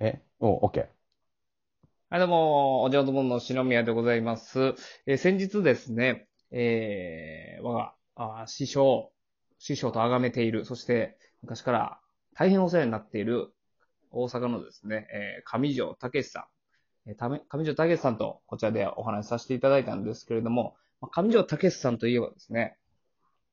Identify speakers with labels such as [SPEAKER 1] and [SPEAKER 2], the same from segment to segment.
[SPEAKER 1] えお、オッケー。
[SPEAKER 2] はい、どうも、おじょうどもんの篠宮でございます。えー先日ですね、えー、我があー師匠、師匠と崇めている、そして昔から大変お世話になっている大阪のですね、えー上条武さん、えーため上条武さんとこちらでお話しさせていただいたんですけれども、まあ上条武さんといえばですね、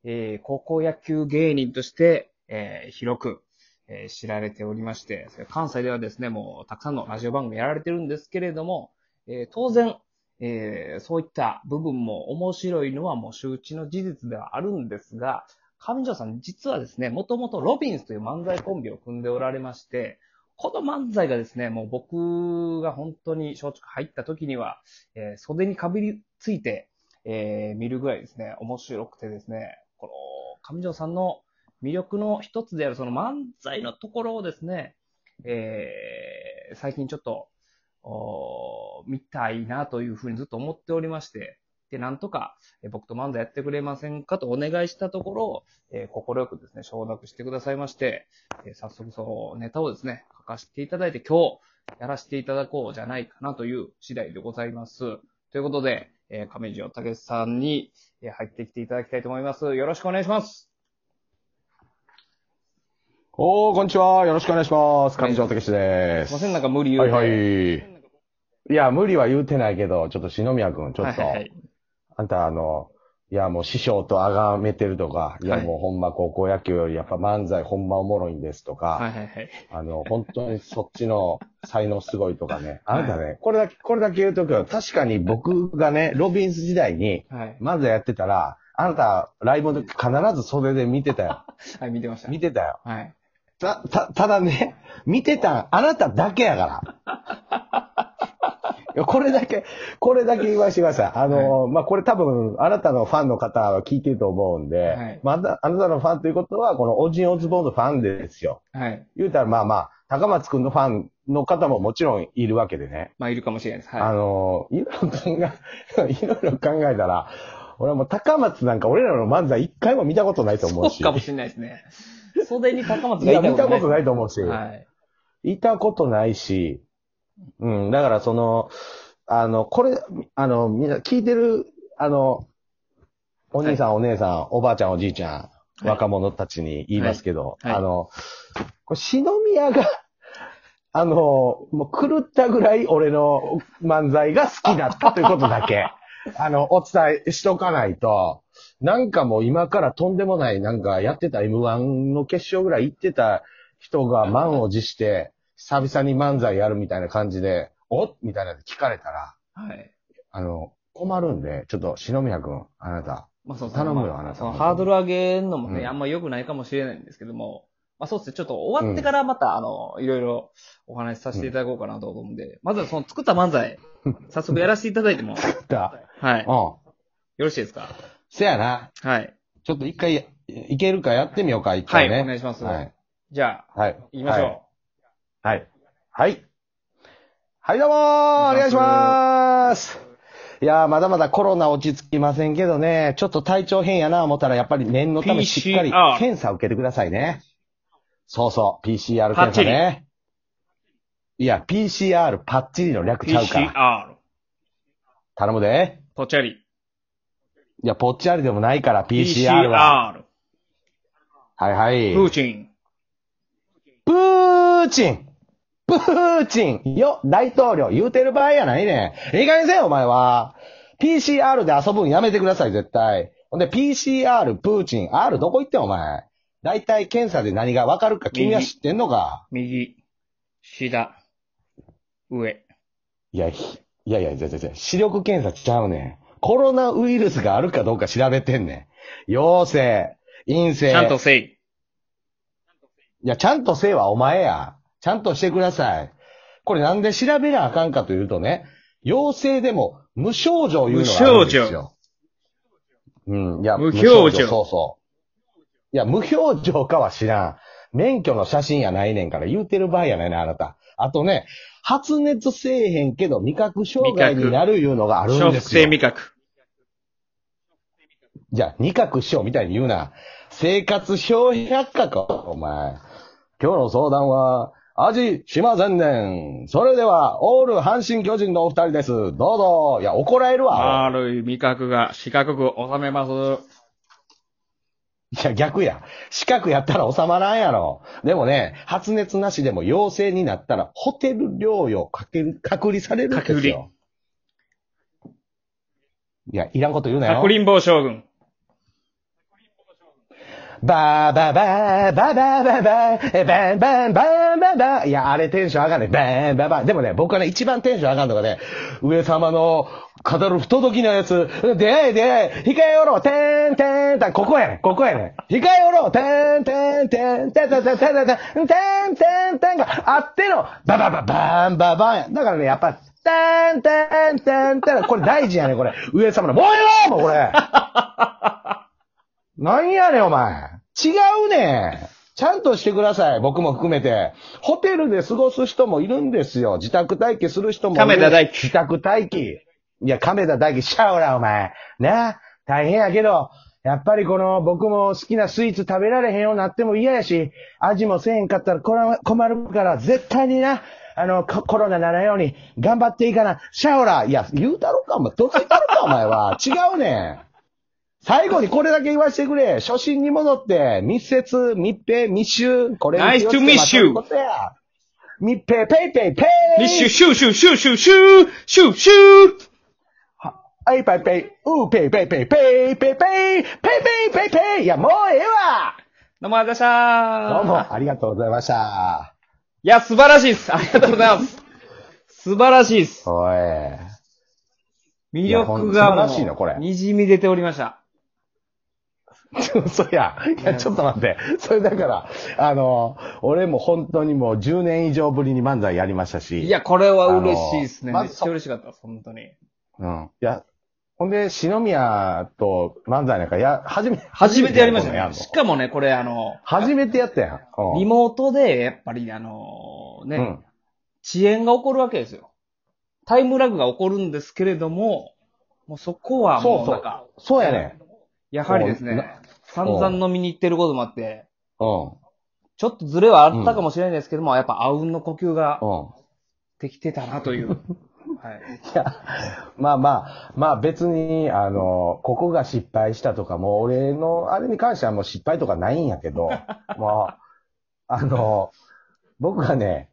[SPEAKER 2] えー高校野球芸人として、えー広く、えー知られておりまして、それ関西ではですね、もうたくさんのラジオ番組やられてるんですけれども、えー当然、えーそういった部分も面白いのはもう周知の事実ではあるんですが、上条さん実はですね、もともとロビンスという漫才コンビを組んでおられまして、この漫才がですね、もう僕が本当に松竹入った時には、えー袖にかぶりついて、えー見るぐらいですね、面白くてですね、この上条さんの魅力の一つであるその漫才のところをですね、えー、最近ちょっと、おー見たいなというふうにずっと思っておりまして、で、なんとか、えー僕と漫才やってくれませんかとお願いしたところ、えー、心よくですね、承諾してくださいまして、えー早速そのネタをですね、書かせていただいて今日やらせていただこうじゃないかなという次第でございます。ということで、えー、上条武さんにえー入ってきていただきたいと思います。よろしくお願いします。
[SPEAKER 1] おー、こんにちは。よろしくお願いします。上条武史です。
[SPEAKER 2] いますせん、なんか無理言う
[SPEAKER 1] はい
[SPEAKER 2] て。
[SPEAKER 1] はい。いや、無理は言うてないけど、ちょっと篠宮くん、ちょっと、
[SPEAKER 2] はいはいはい
[SPEAKER 1] あんたあの、いや、もう師匠と崇めてるとか、いや、
[SPEAKER 2] はい
[SPEAKER 1] もうほんま高校野球よりやっぱ漫才ほんまおもろいんですとか、
[SPEAKER 2] はいはいはい。
[SPEAKER 1] あの、本当にそっちの才能すごいとか ね。あなたね、これだけ、これだけ言うとくけど、確かに僕がね、ロビンス時代に
[SPEAKER 2] はい。
[SPEAKER 1] 漫才やってたら、あなた、ライブの時必ず袖で見てたよ。
[SPEAKER 2] はい、見てました。
[SPEAKER 1] 見てたよ。
[SPEAKER 2] はい。
[SPEAKER 1] た、た、ただね、見てたん、あなただけやから。いやこれだけ、これだけ言わしてください。あの、まあ、これ多分、あなたのファンの方は聞いてると思うんで、
[SPEAKER 2] はい
[SPEAKER 1] まだ、あなたのファンということは、このオジン・オズボーンのファンですよ。
[SPEAKER 2] はい。
[SPEAKER 1] 言うたら、まあまあ、高松くんのファンの方ももちろんいるわけでね。
[SPEAKER 2] まあ、いるかもしれないです。
[SPEAKER 1] あ
[SPEAKER 2] は
[SPEAKER 1] の、いろいろ考え、 いろいろ考えたら、俺はもう高松なんか俺らの漫才一回も見たことないと
[SPEAKER 2] い。
[SPEAKER 1] 思う
[SPEAKER 2] そう
[SPEAKER 1] し。
[SPEAKER 2] かもしれないですね。袖に高 松
[SPEAKER 1] い
[SPEAKER 2] が
[SPEAKER 1] や、
[SPEAKER 2] い
[SPEAKER 1] 見たことない
[SPEAKER 2] と
[SPEAKER 1] と思うし。
[SPEAKER 2] はい。
[SPEAKER 1] いたことないし、うん、だからその、あの、これ、あの、みんな聞いてる、あの、お兄さん、お姉さん、おばあちゃん、おじいちゃん、若者たちに言いますけど、
[SPEAKER 2] はいはい
[SPEAKER 1] あの、これ、篠宮が、あの、もう狂ったぐらい俺の漫才が好きだったということだけ、あの、お伝えしとかないと、なんかもう今からとんでもない、なんかやってた M1 の決勝ぐらい行ってた人が満を持して、久々に漫才やるみたいな感じで、おみたいなの聞かれたら、
[SPEAKER 2] はい。
[SPEAKER 1] あの、困るんで、ちょっと、篠宮くん、あなた。
[SPEAKER 2] まあ、そう
[SPEAKER 1] 頼むよ
[SPEAKER 2] ま
[SPEAKER 1] あなた
[SPEAKER 2] そのハードル上げるのも
[SPEAKER 1] う
[SPEAKER 2] ね、
[SPEAKER 1] ん
[SPEAKER 2] あんま良くないかもしれないんですけども、まあ、そうですね。ちょっと終わってからまた、あの、いろいろお話しさせていただこうかなと思うんで、まずはその作った漫才、早速やらせていただい ても、
[SPEAKER 1] だ。
[SPEAKER 2] はい。よ
[SPEAKER 1] うん。
[SPEAKER 2] ろしいですか
[SPEAKER 1] せやな。
[SPEAKER 2] はい。
[SPEAKER 1] ちょっと一回、いけるかやってみようか、一
[SPEAKER 2] はい、
[SPEAKER 1] 回
[SPEAKER 2] お
[SPEAKER 1] ね。
[SPEAKER 2] 願いします。
[SPEAKER 1] はい。
[SPEAKER 2] じゃあ、
[SPEAKER 1] はい。
[SPEAKER 2] 行きましょう。
[SPEAKER 1] はい。はい。はい、どうもーお願いしますいやー、まだまだコロナ落ち着きませんけどね、ちょっと体調変やな思ったら、やっぱり念のためしっかり
[SPEAKER 2] PCR
[SPEAKER 1] 検査を受けてくださいね。そうそう、PCR 検査ね。いや、PCR パッチリの略ちゃうから。
[SPEAKER 2] PCR、
[SPEAKER 1] 頼むで。
[SPEAKER 2] ポチャリ、
[SPEAKER 1] いや、ぽっちゃりでもないから、PCR は。はいは
[SPEAKER 2] PCR
[SPEAKER 1] い。
[SPEAKER 2] プーチ
[SPEAKER 1] プ
[SPEAKER 2] ン。
[SPEAKER 1] ーチンプーチンよ、大統領言うてる場合やないねん。いい加減せえお前は。PCR で遊ぶんやめてください、絶対。ほんで、PCR、プーチン、R どこ行ってんお前。大体検査で何がわかるか君は知ってんのか
[SPEAKER 2] 右、下、上。
[SPEAKER 1] いや、ひいやいや、じゃじゃじゃ視力検査ちゃうねん。コロナウイルスがあるかどうか調べてんねん。陽性、陰性。
[SPEAKER 2] ちゃんとせい。
[SPEAKER 1] いや、ちゃんとせいはお前や。ちゃんとしてください。これなんで調べなあかんかというとね、陽性でも無症状いうのがあるんです
[SPEAKER 2] 無症
[SPEAKER 1] よ。うん、いや、
[SPEAKER 2] 無表情
[SPEAKER 1] そうそう。いや、無表情かは知らん。免許の写真やないねんから言うてる場合やないねん、あなた。あとね、発熱せえへんけど味覚障害になるいうのがあるんですよ。
[SPEAKER 2] 小福性味覚。
[SPEAKER 1] じゃあ、二角師匠みたいに言うな。生活表百科か、お前。今日の相談は、味しませんねん。それでは、オール阪神巨人のお二人です。どうぞ。いや、怒られるわ。
[SPEAKER 2] 丸い味覚が四角く収めます。
[SPEAKER 1] いや、逆や。四角やったら収まらんやろ。でもね、発熱なしでも陽性になったら、ホテル療養かける、隔離されるんですよ。いや、いらんこと言うなよ。
[SPEAKER 2] 白林坊将軍。
[SPEAKER 1] バーバーバー、バーバーバーバー、バンバンバンバンバン。いや、あれテンション上がんねん。バンバンバン。でもね、僕はね、一番テンション上がんのがね、上様の語る不届きなやつ、出会え出会え、控えおろう、てんてんたん。ここやねん、ここやねん。控えおろう、てんてんてん、てんてんてんてんてんてん、てんてんてんがあっての、ババババンババンや。だからね、やっぱ、てんてんてんてん。これ大事やねん、これ。上様の、もうええわもうこれ。なんやねん、お前。違うねん。ちゃんとしてください。僕も含めて。ホテルで過ごす人もいるんですよ。自宅待機する人もいる。
[SPEAKER 2] 亀田大輝
[SPEAKER 1] 自宅待機。いや、亀田大輝しちゃうな、お前。な大変やけど、やっぱりこの、僕も好きなスイーツ食べられへんようになっても嫌やし、味もせえへんかったらこら困るから、絶対にな、あの、ココロナならんように、頑張っていかな。シャオラいや、言うたろか、お前。どついたろか、お前は。違うねん。最後にこれだけ言わせてくれ。初心に戻って、密接、密閉、密集。これ
[SPEAKER 2] Nice to meet you.
[SPEAKER 1] またこういうことや密閉、ペイペイ、ペイ
[SPEAKER 2] ミッシュ、シューシューシューシューシューシューシュー
[SPEAKER 1] あいぱいペイ、うーペイペイペイペイペイペイペイペイペイペイいや、もうええわ
[SPEAKER 2] どうもありがとうございました。
[SPEAKER 1] どうも、ありがとうございました。
[SPEAKER 2] いや、素晴らしいです。ありがとうございます。素晴らしいです。
[SPEAKER 1] おい。
[SPEAKER 2] 魅
[SPEAKER 1] やほん
[SPEAKER 2] 力がも
[SPEAKER 1] 素晴らしいなこれ
[SPEAKER 2] う、にじみ出ておりました。
[SPEAKER 1] そや、いや、ちょっと待って。それだから、あの、俺も本当にもう10年以上ぶりに漫才やりましたし。
[SPEAKER 2] いや、これは嬉しいですね。
[SPEAKER 1] あの
[SPEAKER 2] めっちゃ嬉しかったです、本当に。
[SPEAKER 1] うん。いや、ほんで、篠宮と漫才なんかや、初め、
[SPEAKER 2] 初めてやりました
[SPEAKER 1] こんなんや
[SPEAKER 2] ね。
[SPEAKER 1] んの
[SPEAKER 2] しかもね、これあの、
[SPEAKER 1] 初めてやったやん。
[SPEAKER 2] リ
[SPEAKER 1] モ
[SPEAKER 2] モートで、やっぱりあの、ね、
[SPEAKER 1] うん。
[SPEAKER 2] 遅延が起こるわけですよ。タイムラグが起こるんですけれども、もうそこはも
[SPEAKER 1] そう
[SPEAKER 2] う
[SPEAKER 1] そ
[SPEAKER 2] なん
[SPEAKER 1] う
[SPEAKER 2] か、。
[SPEAKER 1] そうやね。
[SPEAKER 2] やはりです
[SPEAKER 1] そう
[SPEAKER 2] ね
[SPEAKER 1] な、
[SPEAKER 2] 散々飲みに行ってることもあって、
[SPEAKER 1] うん。
[SPEAKER 2] ちょっとズレはあったかもしれないですけども、やっぱあうんの呼吸が
[SPEAKER 1] うん。
[SPEAKER 2] できてたな という。は
[SPEAKER 1] い
[SPEAKER 2] い。
[SPEAKER 1] や、まあまあ、まあ別に、あの、ここが失敗したとか、もう俺の、あれに関してはもう失敗とかないんやけ ど、もう、あの、僕がね、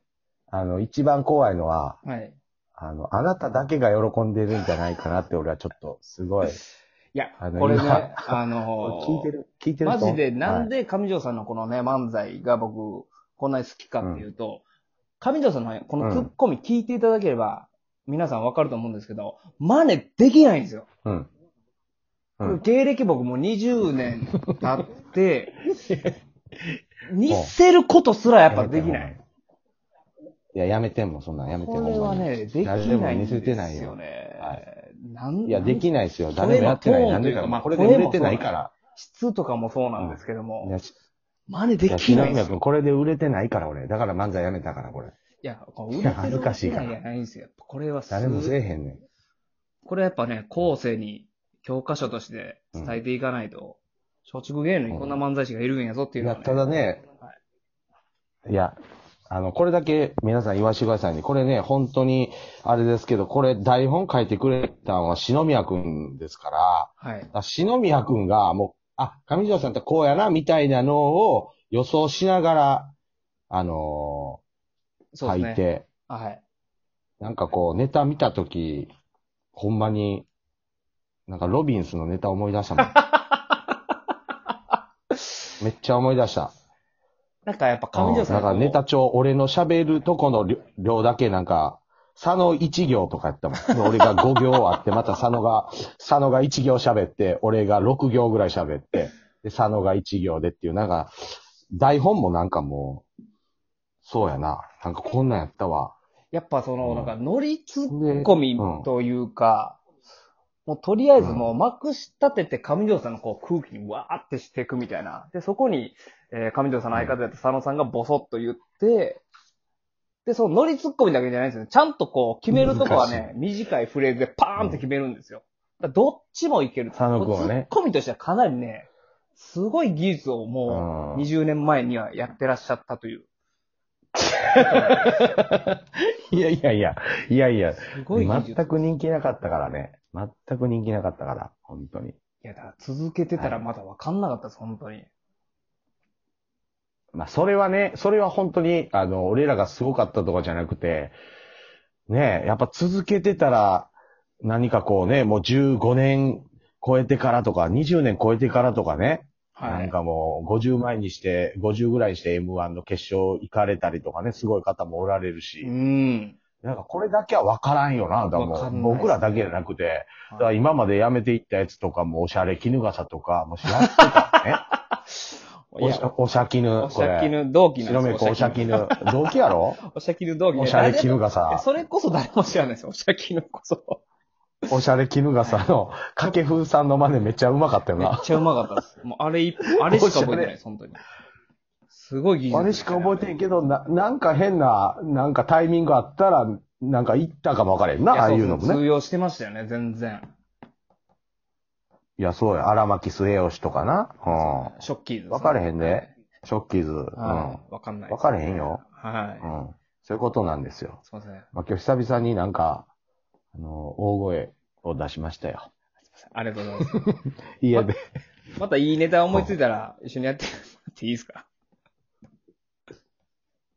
[SPEAKER 1] あの、一番怖いのは、
[SPEAKER 2] はい。
[SPEAKER 1] あの、あなただけが喜んでるんじゃないかなって俺はちょっと、すごい、
[SPEAKER 2] いや
[SPEAKER 1] あ、の
[SPEAKER 2] これね
[SPEAKER 1] 今、
[SPEAKER 2] あの
[SPEAKER 1] 聞いてる、聞いてる
[SPEAKER 2] マ
[SPEAKER 1] 人
[SPEAKER 2] ジでなん
[SPEAKER 1] で、
[SPEAKER 2] で上条さんのこのね、漫才が僕、こんなに好きかっていうと、上条さんのこのツッコミ聞いていただければ、皆さんわかると思うんですけど、真似できないんですよ。
[SPEAKER 1] はいうん
[SPEAKER 2] これ芸歴僕もう20年経 って、似せることすらやっぱできな。
[SPEAKER 1] うん
[SPEAKER 2] い。
[SPEAKER 1] いや、やめてんもん、そんなんやめてん
[SPEAKER 2] こ
[SPEAKER 1] もん。
[SPEAKER 2] れはね、できない
[SPEAKER 1] 誰でも似
[SPEAKER 2] ん
[SPEAKER 1] せてな
[SPEAKER 2] で
[SPEAKER 1] い
[SPEAKER 2] すよ
[SPEAKER 1] よ。
[SPEAKER 2] ね
[SPEAKER 1] は。
[SPEAKER 2] なん
[SPEAKER 1] いや、できないですよ。
[SPEAKER 2] 声
[SPEAKER 1] 誰
[SPEAKER 2] の
[SPEAKER 1] もやってな
[SPEAKER 2] トー
[SPEAKER 1] い。
[SPEAKER 2] ン
[SPEAKER 1] なんで
[SPEAKER 2] という
[SPEAKER 1] か、
[SPEAKER 2] かまあ
[SPEAKER 1] これで売れてないから。
[SPEAKER 2] 質とかもそうなんですけども、
[SPEAKER 1] いや
[SPEAKER 2] 真似で
[SPEAKER 1] いや、
[SPEAKER 2] き
[SPEAKER 1] 篠
[SPEAKER 2] ないんで
[SPEAKER 1] 宮
[SPEAKER 2] すよ
[SPEAKER 1] 君、これで売れてないから、俺。だから漫才やめたから、これ。
[SPEAKER 2] いや、これ
[SPEAKER 1] いや恥ずかしいから
[SPEAKER 2] 売れてるわけじゃないんですよ。これはす
[SPEAKER 1] 誰もせえへんねん。
[SPEAKER 2] これやっぱね、後世に教科書として伝えていかないと、松竹芸能にこんな漫才師がいるんやぞっていう
[SPEAKER 1] い
[SPEAKER 2] の
[SPEAKER 1] や、
[SPEAKER 2] は、
[SPEAKER 1] ただね
[SPEAKER 2] は、
[SPEAKER 1] いや、あの、これだけ皆さん言わせてくださいね。これね、本当に、あれですけど、これ台本書いてくれたのは篠宮くんですから、
[SPEAKER 2] はい。
[SPEAKER 1] あ篠宮くんが、もう、あ、上条さんってこうやな、みたいなのを予想しながら、あの
[SPEAKER 2] そ
[SPEAKER 1] ー、書
[SPEAKER 2] う
[SPEAKER 1] い
[SPEAKER 2] です
[SPEAKER 1] て、
[SPEAKER 2] ね。はい。
[SPEAKER 1] なんかこう、ネタ見たとき、ほんまに、なんかロビンスのネタ思い出したも ん。めっちゃ思い出した。
[SPEAKER 2] なんかやっぱ
[SPEAKER 1] うん
[SPEAKER 2] 上条さん
[SPEAKER 1] だからネ
[SPEAKER 2] こ
[SPEAKER 1] タ帳、俺の喋るとこの量量だけなんか、佐野1行とかやったもん。で俺が5行あって、また佐野が、佐野が1行喋って、俺が6行ぐらい喋って、で、佐野が1行でっていう、なんか、台本もなんかもう、そうやな。なんかこんなんやったわ。
[SPEAKER 2] うやっぱその、
[SPEAKER 1] うん
[SPEAKER 2] なんか乗りツッ
[SPEAKER 1] で
[SPEAKER 2] コミというか、もうとりあえずもうまくし立てて上条さんのこう空気にわーってしていくみたいな。で、そこに、えー上条さんの相方だった佐野さんがボソッと言って、で、その乗りツッコミだけじゃないんですよね。ちゃんとこう決めるとこはね、短いフレーズでパーンって決めるんですよ。だからどっちもいける。
[SPEAKER 1] 佐野君はね
[SPEAKER 2] ツッコミとしてはかなりね、すごい技術をもう
[SPEAKER 1] うん
[SPEAKER 2] 20年前にはやってらっしゃったという。
[SPEAKER 1] いやいやいや、いやいや、
[SPEAKER 2] すごい技術。
[SPEAKER 1] 全く人気なかったからね。全く人気なかったから、本当に。
[SPEAKER 2] いや、だから続けてたらまだわかんなかったです、本当に。
[SPEAKER 1] まあ、それはね、それは本当に、あの、俺らがすごかったとかじゃなくて、ねえ、やっぱ続けてたら、何かこうね、もう15年超えてからとか、20年超えてからとかね、
[SPEAKER 2] は
[SPEAKER 1] なん
[SPEAKER 2] い。
[SPEAKER 1] かもう50前にして、50ぐらいにして M1 の決勝行かれたりとかね、すごい方もおられるし、
[SPEAKER 2] うん。
[SPEAKER 1] なんかこれだけは分からんよな、だから
[SPEAKER 2] わかんない
[SPEAKER 1] もう僕らだけじゃなくて、だから
[SPEAKER 2] はい
[SPEAKER 1] 今までやめていったやつとかも、おしゃれ衣傘とか、もしやってたね。 おしゃ、おしゃ絹。
[SPEAKER 2] おしゃきぬ同期なん
[SPEAKER 1] 白目
[SPEAKER 2] です
[SPEAKER 1] 子おしゃ絹。同期や ろ
[SPEAKER 2] おしゃきぬ同期
[SPEAKER 1] おしゃれ
[SPEAKER 2] い
[SPEAKER 1] 絹
[SPEAKER 2] や
[SPEAKER 1] 笠。
[SPEAKER 2] それこそ誰も知らないですよ。おしゃきぬこそ。
[SPEAKER 1] おしゃれ絹笠の、掛布さんの真似めっちゃうまかったよ
[SPEAKER 2] めっ
[SPEAKER 1] な。
[SPEAKER 2] ちゃうまかったです。もうあれ一、あれしか覚えてないです、本当に。すごい技術。
[SPEAKER 1] あれしか覚えてへんけど、な、なんか変な、なんかタイミングあったら、なんか行ったかもわからへんな、
[SPEAKER 2] いや
[SPEAKER 1] ああいうのも
[SPEAKER 2] そそ
[SPEAKER 1] ね。
[SPEAKER 2] 通用してましたよね、全然。
[SPEAKER 1] いや、そうや。荒牧末吉とかな。う
[SPEAKER 2] ショッキーズですね。
[SPEAKER 1] わかれへんでん。ショッキーズ。うん。
[SPEAKER 2] は
[SPEAKER 1] わ
[SPEAKER 2] い。わかんない。
[SPEAKER 1] かれへんよ。
[SPEAKER 2] は
[SPEAKER 1] う
[SPEAKER 2] い。
[SPEAKER 1] ん。そういうことなんですよ。
[SPEAKER 2] すいません。あ
[SPEAKER 1] まあ、今日久々になんか、あの、大声を出しましたよ。
[SPEAKER 2] りがとうございます。
[SPEAKER 1] 家で。
[SPEAKER 2] またいいネタ思いついたら一緒にやってもらっていいですか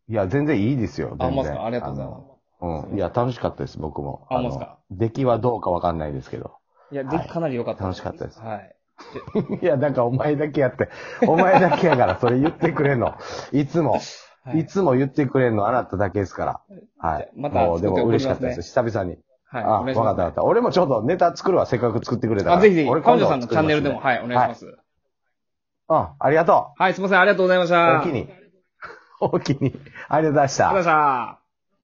[SPEAKER 1] いや、全然いいですよ。
[SPEAKER 2] あ、ほんま
[SPEAKER 1] 全
[SPEAKER 2] っす
[SPEAKER 1] 然
[SPEAKER 2] かありがとうございます。
[SPEAKER 1] あのうん。いや、楽しかったです、僕も。
[SPEAKER 2] あほんまっすか
[SPEAKER 1] の出来はどうかわかんないですけど。
[SPEAKER 2] いや、
[SPEAKER 1] は
[SPEAKER 2] で
[SPEAKER 1] い
[SPEAKER 2] かなり良かった。
[SPEAKER 1] 楽しかったです
[SPEAKER 2] はい。
[SPEAKER 1] いや、なんかお前だけや って、お前だけやから、それ言ってくれんの。いつも、
[SPEAKER 2] はい
[SPEAKER 1] いつも言ってくれんの、あなただけですから。はい。
[SPEAKER 2] また
[SPEAKER 1] もう、で
[SPEAKER 2] 作って
[SPEAKER 1] も
[SPEAKER 2] 送りま
[SPEAKER 1] 嬉
[SPEAKER 2] すね
[SPEAKER 1] しかったです、久々に。
[SPEAKER 2] はい。
[SPEAKER 1] あ、
[SPEAKER 2] お
[SPEAKER 1] わ
[SPEAKER 2] 願
[SPEAKER 1] か
[SPEAKER 2] い
[SPEAKER 1] っ
[SPEAKER 2] したま
[SPEAKER 1] わ
[SPEAKER 2] す
[SPEAKER 1] かった。俺もちょうどネタ作るわ、せっかく作ってくれたから。
[SPEAKER 2] あ、ぜひぜひ、
[SPEAKER 1] 俺
[SPEAKER 2] 彼女さんのチ
[SPEAKER 1] 今
[SPEAKER 2] ャ
[SPEAKER 1] 度
[SPEAKER 2] ンネル
[SPEAKER 1] 作ります
[SPEAKER 2] でも、はい、お願いします。
[SPEAKER 1] うん、ありがと
[SPEAKER 2] はい、すいません、ありがとうございまし
[SPEAKER 1] う。
[SPEAKER 2] た。
[SPEAKER 1] 大き
[SPEAKER 2] あり
[SPEAKER 1] に。大きに。ありがとうございまし
[SPEAKER 2] がとうございました。